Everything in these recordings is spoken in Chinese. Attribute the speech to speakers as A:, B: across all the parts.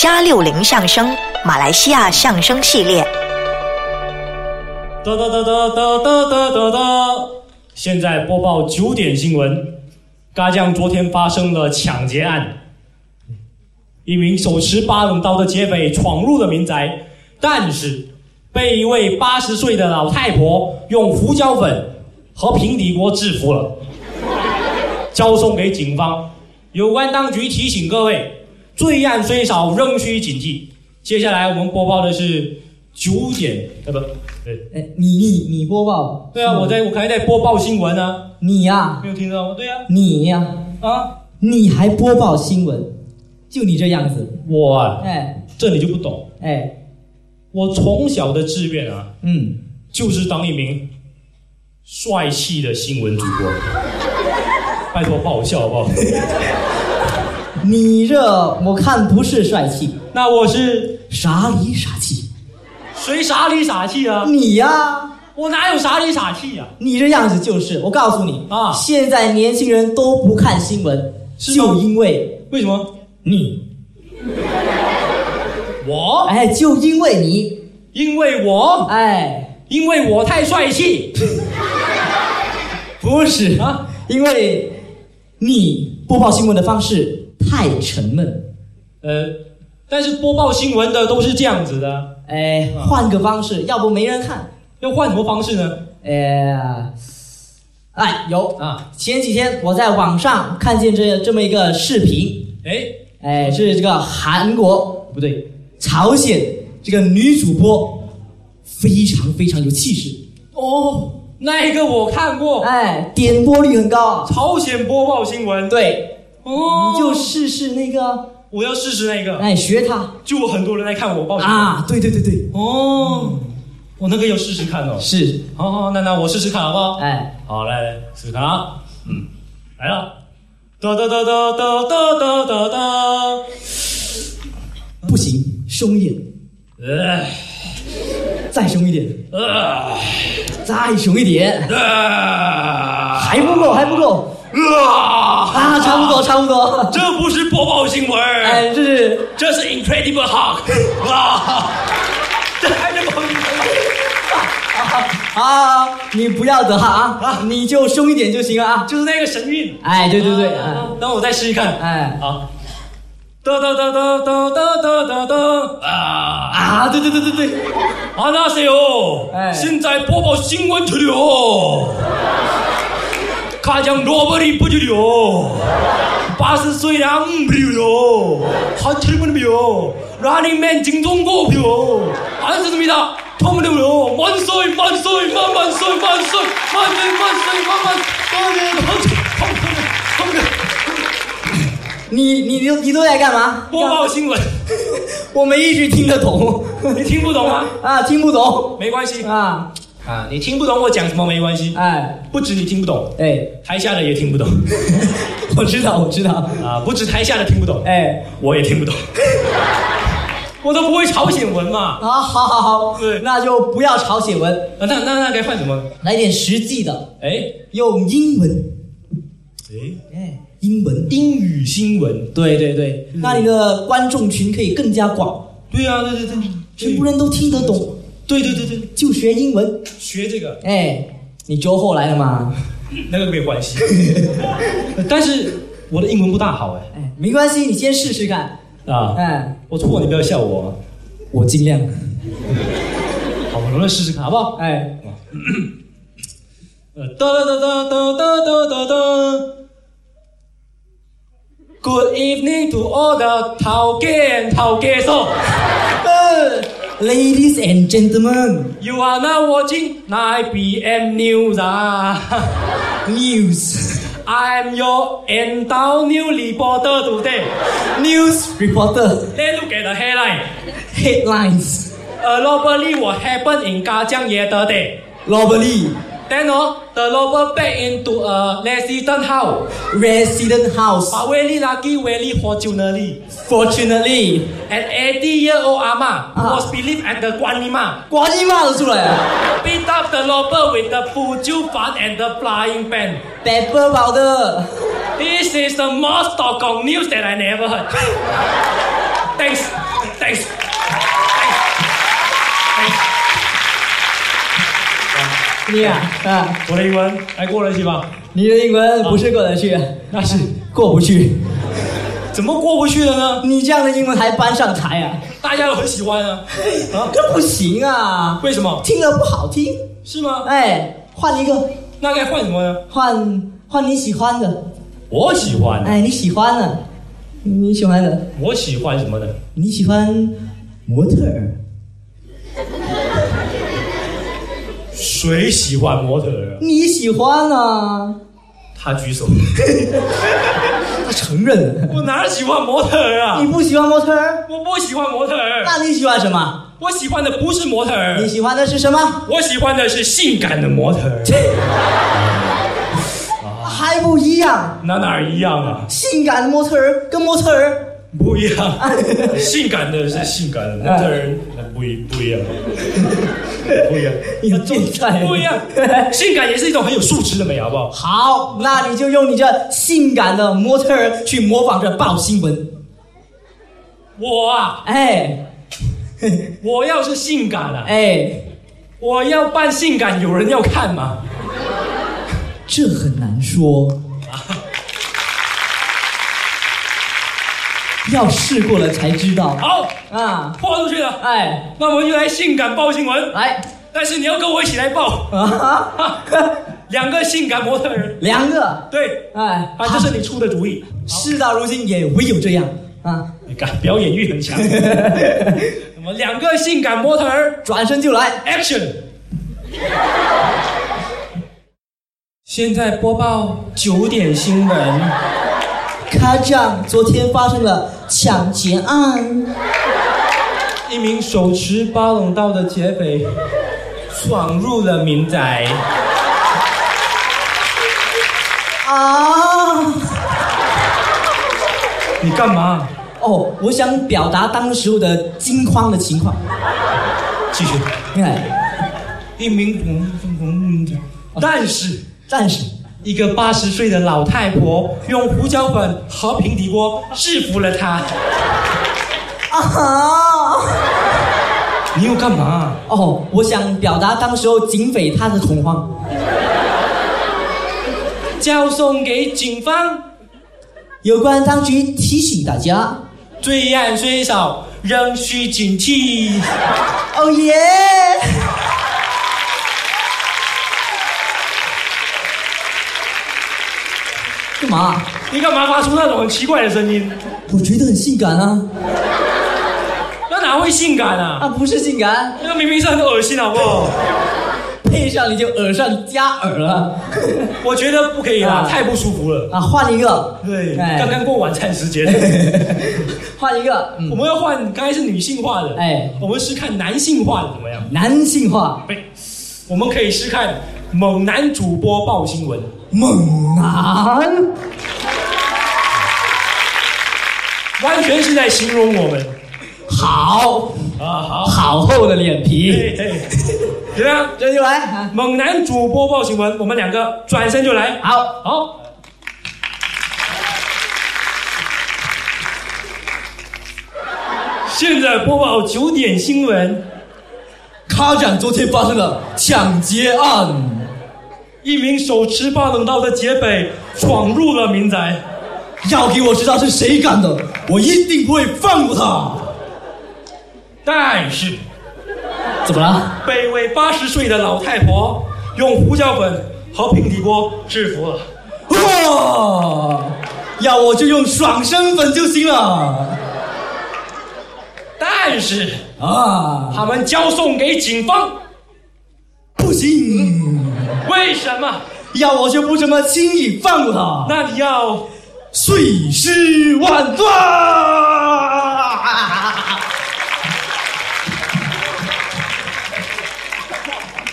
A: 加六零相声马来西亚相声系列。
B: 哒哒哒哒哒哒哒哒哒！现在播报九点新闻。嘎酱昨天发生了抢劫案，一名手持八棱刀的劫匪闯入了民宅，但是被一位八十岁的老太婆用胡椒粉和平底锅制服了，交送给警方。有关当局提醒各位，罪案虽少，仍需谨记。接下来我们播报的是九点，呃不，对。
C: 哎，你你你播报？
B: 对啊，我在我还在播报新闻啊，
C: 你呀、
B: 没有听到吗？对呀、
C: 你呀、
B: 啊，
C: 你还播报新闻？就你这样子，
B: 我啊，
C: 哎
B: 这你就不懂。
C: 哎，
B: 我从小的志愿啊，
C: 嗯，
B: 就是当一名帅气的新闻主播。拜托，不好笑好不好？
C: 你这我看不是帅气，
B: 那我是
C: 傻里傻气。
B: 谁傻里傻气啊？
C: 你呀、
B: 我哪有傻里傻气啊？
C: 你这样子就是，我告诉你
B: 啊
C: 现在年轻人都不看新闻，
B: 是吗
C: 就因为
B: 为什么？
C: 你，
B: 我
C: 哎，就因为你，
B: 因为我
C: 哎，
B: 因为我太帅气
C: 不是
B: 啊！
C: 因为你播报新闻的方式太沉闷。
B: 呃，但是播报新闻的都是这样子的啊，
C: 哎，换个方式，要不没人看。
B: 要换什么方式呢？
C: 哎，哎，有
B: 啊，
C: 前几天我在网上看见这这么一个视频，
B: 哎，
C: 哎，是这个韩国不对，朝鲜这个女主播非常非常有气势，
B: 哦，那个我看过，
C: 哎，点播率很高啊。
B: 朝鲜播报新闻。，
C: 对，
B: 哦，
C: 你就试试那个，
B: 我要试试那个，
C: 哎，学她
B: 就很多人来看我报新闻。
C: 啊，对对对对，
B: 哦，我那个要试试看哦。
C: 是，
B: 好好，那那我试试看好不好？
C: 哎，
B: 好，来来试试看啊。嗯，来了。哒哒哒哒哒哒哒哒哒。
C: 不行，凶一点，
B: 呃
C: 再凶一点，
B: 呃
C: 再凶一点，
B: 呃，
C: 还不够，还不够。
B: 啊！
C: 啊，差不多，差不多。
B: 这不是播报新闻，
C: 哎，这是
B: 这是 Incredible Hulk 啊！这还能帮你
C: 啊，你不要得哈啊，你就凶一点就行了啊。
B: 就是那个神韵。
C: 哎，对对对，
B: 啊
C: 哎
B: 那我再试试看。
C: 哎
B: 好。哒哒哒哒哒哒哒哒哒啊！
C: 啊，对对对对对，
B: 안녕하세요。
C: 哎
B: 现在播报新闻드려。가장로버리뿌드려。八十岁양부려한칠분이요 라닝맨 증동고요. 안 쓰습니다. 터무니요. 만岁만岁만만岁만岁만岁만岁만만岁만岁만岁
C: 你你你都你都在干嘛？
B: 播报新闻，
C: 我没一句听得懂
B: 你听不懂吗？
C: 啊，听不懂
B: 没关系
C: 啊，
B: 啊，你听不懂我讲什么没关系，
C: 哎
B: 不止你听不懂，
C: 哎，
B: 台下的也听不懂
C: 我知道我知道，
B: 啊，不止台下的听不懂，
C: 哎
B: 我也听不懂， 我都不会朝鲜文嘛，
C: 啊，好好好
B: 对，
C: 那就不要朝鲜文，
B: 啊那那那该换什么？
C: 来点实际的，
B: 哎
C: 用英文，
B: 哎，
C: 哎，英文。
B: 英语新闻，
C: 对对对，那你的观众群可以更加广，
B: 对啊，对对对，
C: 全部人都听得懂，
B: 对对对对，
C: 就学英文。
B: 学这个
C: 哎，你周后来了吗？
B: 那个没有关系， 但是我的英文不大好哎
C: 哎，没关系，你先试试看。
B: 啊，
C: 哎，
B: 我错你不要笑我啊，
C: 我尽量。
B: 好，我们试试看好不好？
C: 哎，
B: 呃，哒哒哒哒哒哒哒哒哒。Good evening to all the 陶家 and 陶家 so
C: 呃，Ladies and gentlemen,
B: you are now watching 9 p.m. news 啊
C: news
B: I'm your and down new reporter today.
C: news reporter
B: Let's look at the headline.
C: headlines.
B: A robbery was happened in Gajang yesterday.
C: Robbery
B: Then oh, the robber back into a resident house.
C: resident house.
B: But very lucky, very fortunately.
C: Fortunately，
B: An 80 year old Ama who
C: Ah.
B: was believed at the Guan Lima
C: 呱唧骂了出来啊
B: beat up the robber with the Fujiu fan and the flying pen.
C: ！Pepper 跑的
B: This is the most doggone news that I never heard. Thanks.
C: 你啊啊，
B: 我的英文还过得去吧？
C: 你的英文不是过得去，啊
B: 那是
C: 过不去。
B: 怎么过不去的呢？
C: 你这样的英文还搬上台啊？
B: 大家都很喜欢啊，啊？
C: 这呃不行啊，
B: 为什么？
C: 听了不好听。
B: 是吗？
C: 哎，换一个，
B: 那该换什么呢？
C: 换换你喜欢的。
B: 我喜欢，
C: 哎，你喜欢的，你喜欢的，
B: 我喜欢什么呢？
C: 你喜欢模特儿。
B: 谁喜欢模特儿啊？
C: 你喜欢啊？
B: 他举手，
C: 他承认了。
B: 我哪喜欢模特儿啊
C: 你？不喜欢模特儿？
B: 我不喜欢模特儿，
C: 那你喜欢什么？
B: 我喜欢的不是模特儿
C: 你，喜欢的是什么？
B: 我喜欢的是性感的模特儿，
C: 还不一样？
B: 哪哪儿一样啊？
C: 性感的模特儿跟模特儿，
B: 不一样， 性感的是性感的模特
C: 哎
B: 儿，不一不一样，不一样，
C: 你有变态
B: 不一样，性感也是一种很有素质的美，好不好？
C: 好，那你就用你这性感的模特儿去模仿着报新闻。
B: 我啊，
C: 哎，
B: 我要是性感啊，
C: 哎，
B: 我要扮性感，有人要看吗？
C: 这很难说。 要试过了才知道。
B: 好，
C: 啊，
B: 豁出去了。
C: 哎，
B: 那我们就来性感报新闻，
C: 来
B: 但是你要跟我一起来报，
C: 啊，
B: 两个性感模特人，
C: 两个，
B: 对，
C: 哎，
B: 啊，这是你出的主意，
C: 事到如今也唯有这样啊，
B: 你看表演欲很强。那么两个性感模特儿
C: 转身就来。
B: ，action！现在播报九点新闻，
C: 卡酱，昨天发生了抢劫案，
B: 一名手持八龙刀的劫匪闯入了民宅，
C: 啊，
B: 你干嘛？
C: 哦，我想表达当时候的惊慌的情况。
B: 继续。
C: 哎，
B: 一名但是
C: 但是
B: 一个八十岁的老太婆用胡椒粉和平底锅制服了他。
C: 啊，
B: 你又干嘛？
C: 哦，我想表达当时候警匪他的恐慌。
B: 交送给警方。
C: 有关当局提醒大家，
B: 罪案虽少，仍需警惕。
C: 哦耶！干嘛？
B: 你干嘛发出那种很奇怪的声音？
C: 我觉得很性感啊！
B: 那哪会性感啊？
C: 啊，不是性感，
B: 那明明是很恶心，好不好？
C: 配上你就耳上加耳了。
B: 我觉得不可以啦，
C: 啊
B: 太不舒服了。
C: 啊，换一个，
B: 对，
C: 哎
B: 刚刚过晚餐时间，
C: 换一个，
B: 我
C: 嗯，
B: 们要换，刚才是女性化的，
C: 哎
B: 我们试看男性化的怎么样？
C: 男性化，
B: 哎，我们可以试看猛男主播报新闻。
C: 猛男，
B: 完全是在形容我们
C: 好
B: 啊！好，
C: 好厚的脸皮，
B: 嘿嘿怎么样？
C: 哎这就来啊！
B: 猛男主播报新闻，我们两个转身就来。
C: 好，
B: 好，现在播报九点新闻：
C: 卡展昨天发生了抢劫案，
B: 一名手持八棱刀的劫匪闯入了民宅，
C: 要给我知道是谁干的，我一定不会放过他。
B: 但是
C: 怎么了？
B: 被一位八十岁的老太婆用胡椒粉和平底锅制服了。
C: 哇，要我就用爽身粉就行了
B: 但是
C: 啊！
B: 他们交送给警方，
C: 不行，
B: 为什么？
C: 要我就不这么轻易放过他，
B: 那你要
C: 碎尸万段。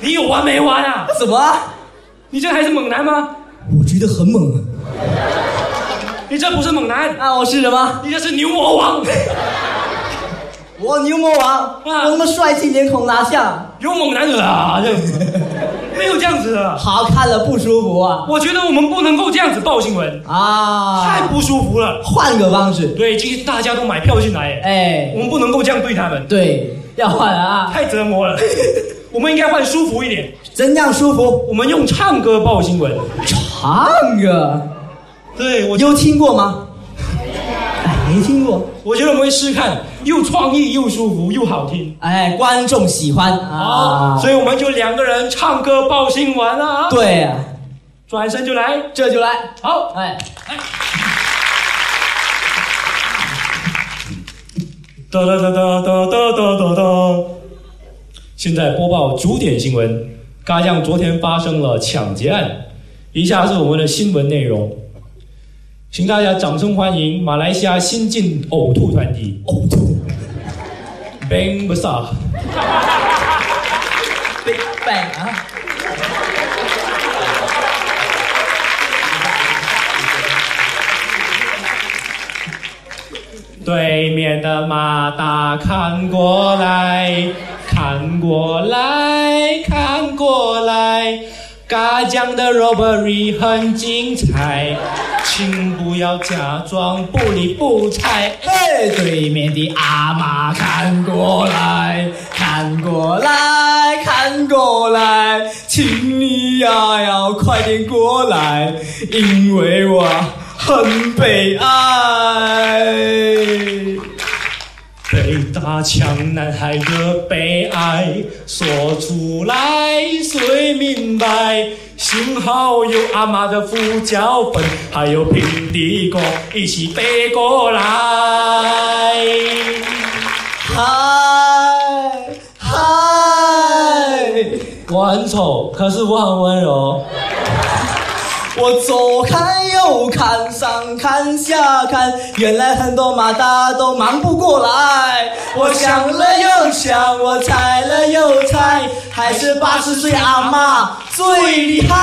B: 你有完没完啊？
C: 怎么？
B: 你这还是猛男吗？
C: 我觉得很猛
B: 你这不是猛男，
C: 啊！我是什么？
B: 你这是牛魔王，
C: 我牛魔王，
B: 啊
C: 我他妈帅气脸孔拿下，
B: 有猛男啊，这没有这样子的。
C: 好看了不舒服啊！
B: 我觉得我们不能够这样子报新闻，太
C: 啊，
B: 不舒服了。
C: 换个方式，
B: 对，今天大家都买票进来，哎，
C: 哎
B: 我，们不能够这样对他们，
C: 对，要换了啊！
B: 太折磨了。 我们应该换舒服一点，
C: 怎样舒服？
B: 我们用唱歌报新闻。
C: 唱歌，
B: 对我，
C: 有听过吗？哎，没听过。
B: 我觉得我们会试试看，又创意又舒服又好听。
C: 哎，观众喜欢
B: 好，
C: 啊，
B: 所以我们就两个人唱歌报新闻啊。，
C: 对呀、
B: 转身就来。
C: 这就来。
B: 好，
C: 哎，
B: 哒哒哒哒哒哒哒哒哒。现在播报主点新闻：嘎酱昨天发生了抢劫案。以下是我们的新闻内容，请大家掌声欢迎马来西亚新晋呕吐团体
C: 呕吐，
B: Bang Besar。
C: 对，拜啊！
B: 对面的马达看过来，看过来，看过来，嘎酱的 robbery 很精彩，请不要假装不理不睬。
C: 哎，对面的阿妈看过来，看过来，看过来，请你呀要快点过来，因为我很悲哀。
B: 被打枪男孩的悲哀，说出来谁明白？幸好有阿妈的胡椒粉，还有平底锅一起背过来。
C: 嗨嗨，
B: 我很丑，可是我很温柔。
C: 我左看右看，上看下看，原来很多马达都忙不过来。我想了又想，我猜了又猜，还是八十岁阿妈最厉害。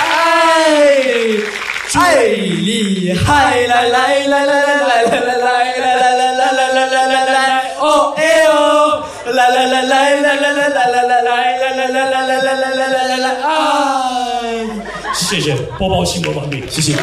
C: 哎，最厉害！来来来来来来来来来来来来来来来来来！哦哎哦！来来来来来来来来来来来来来来来来来来来来！哎。
B: 谢谢播报新闻完毕，谢谢。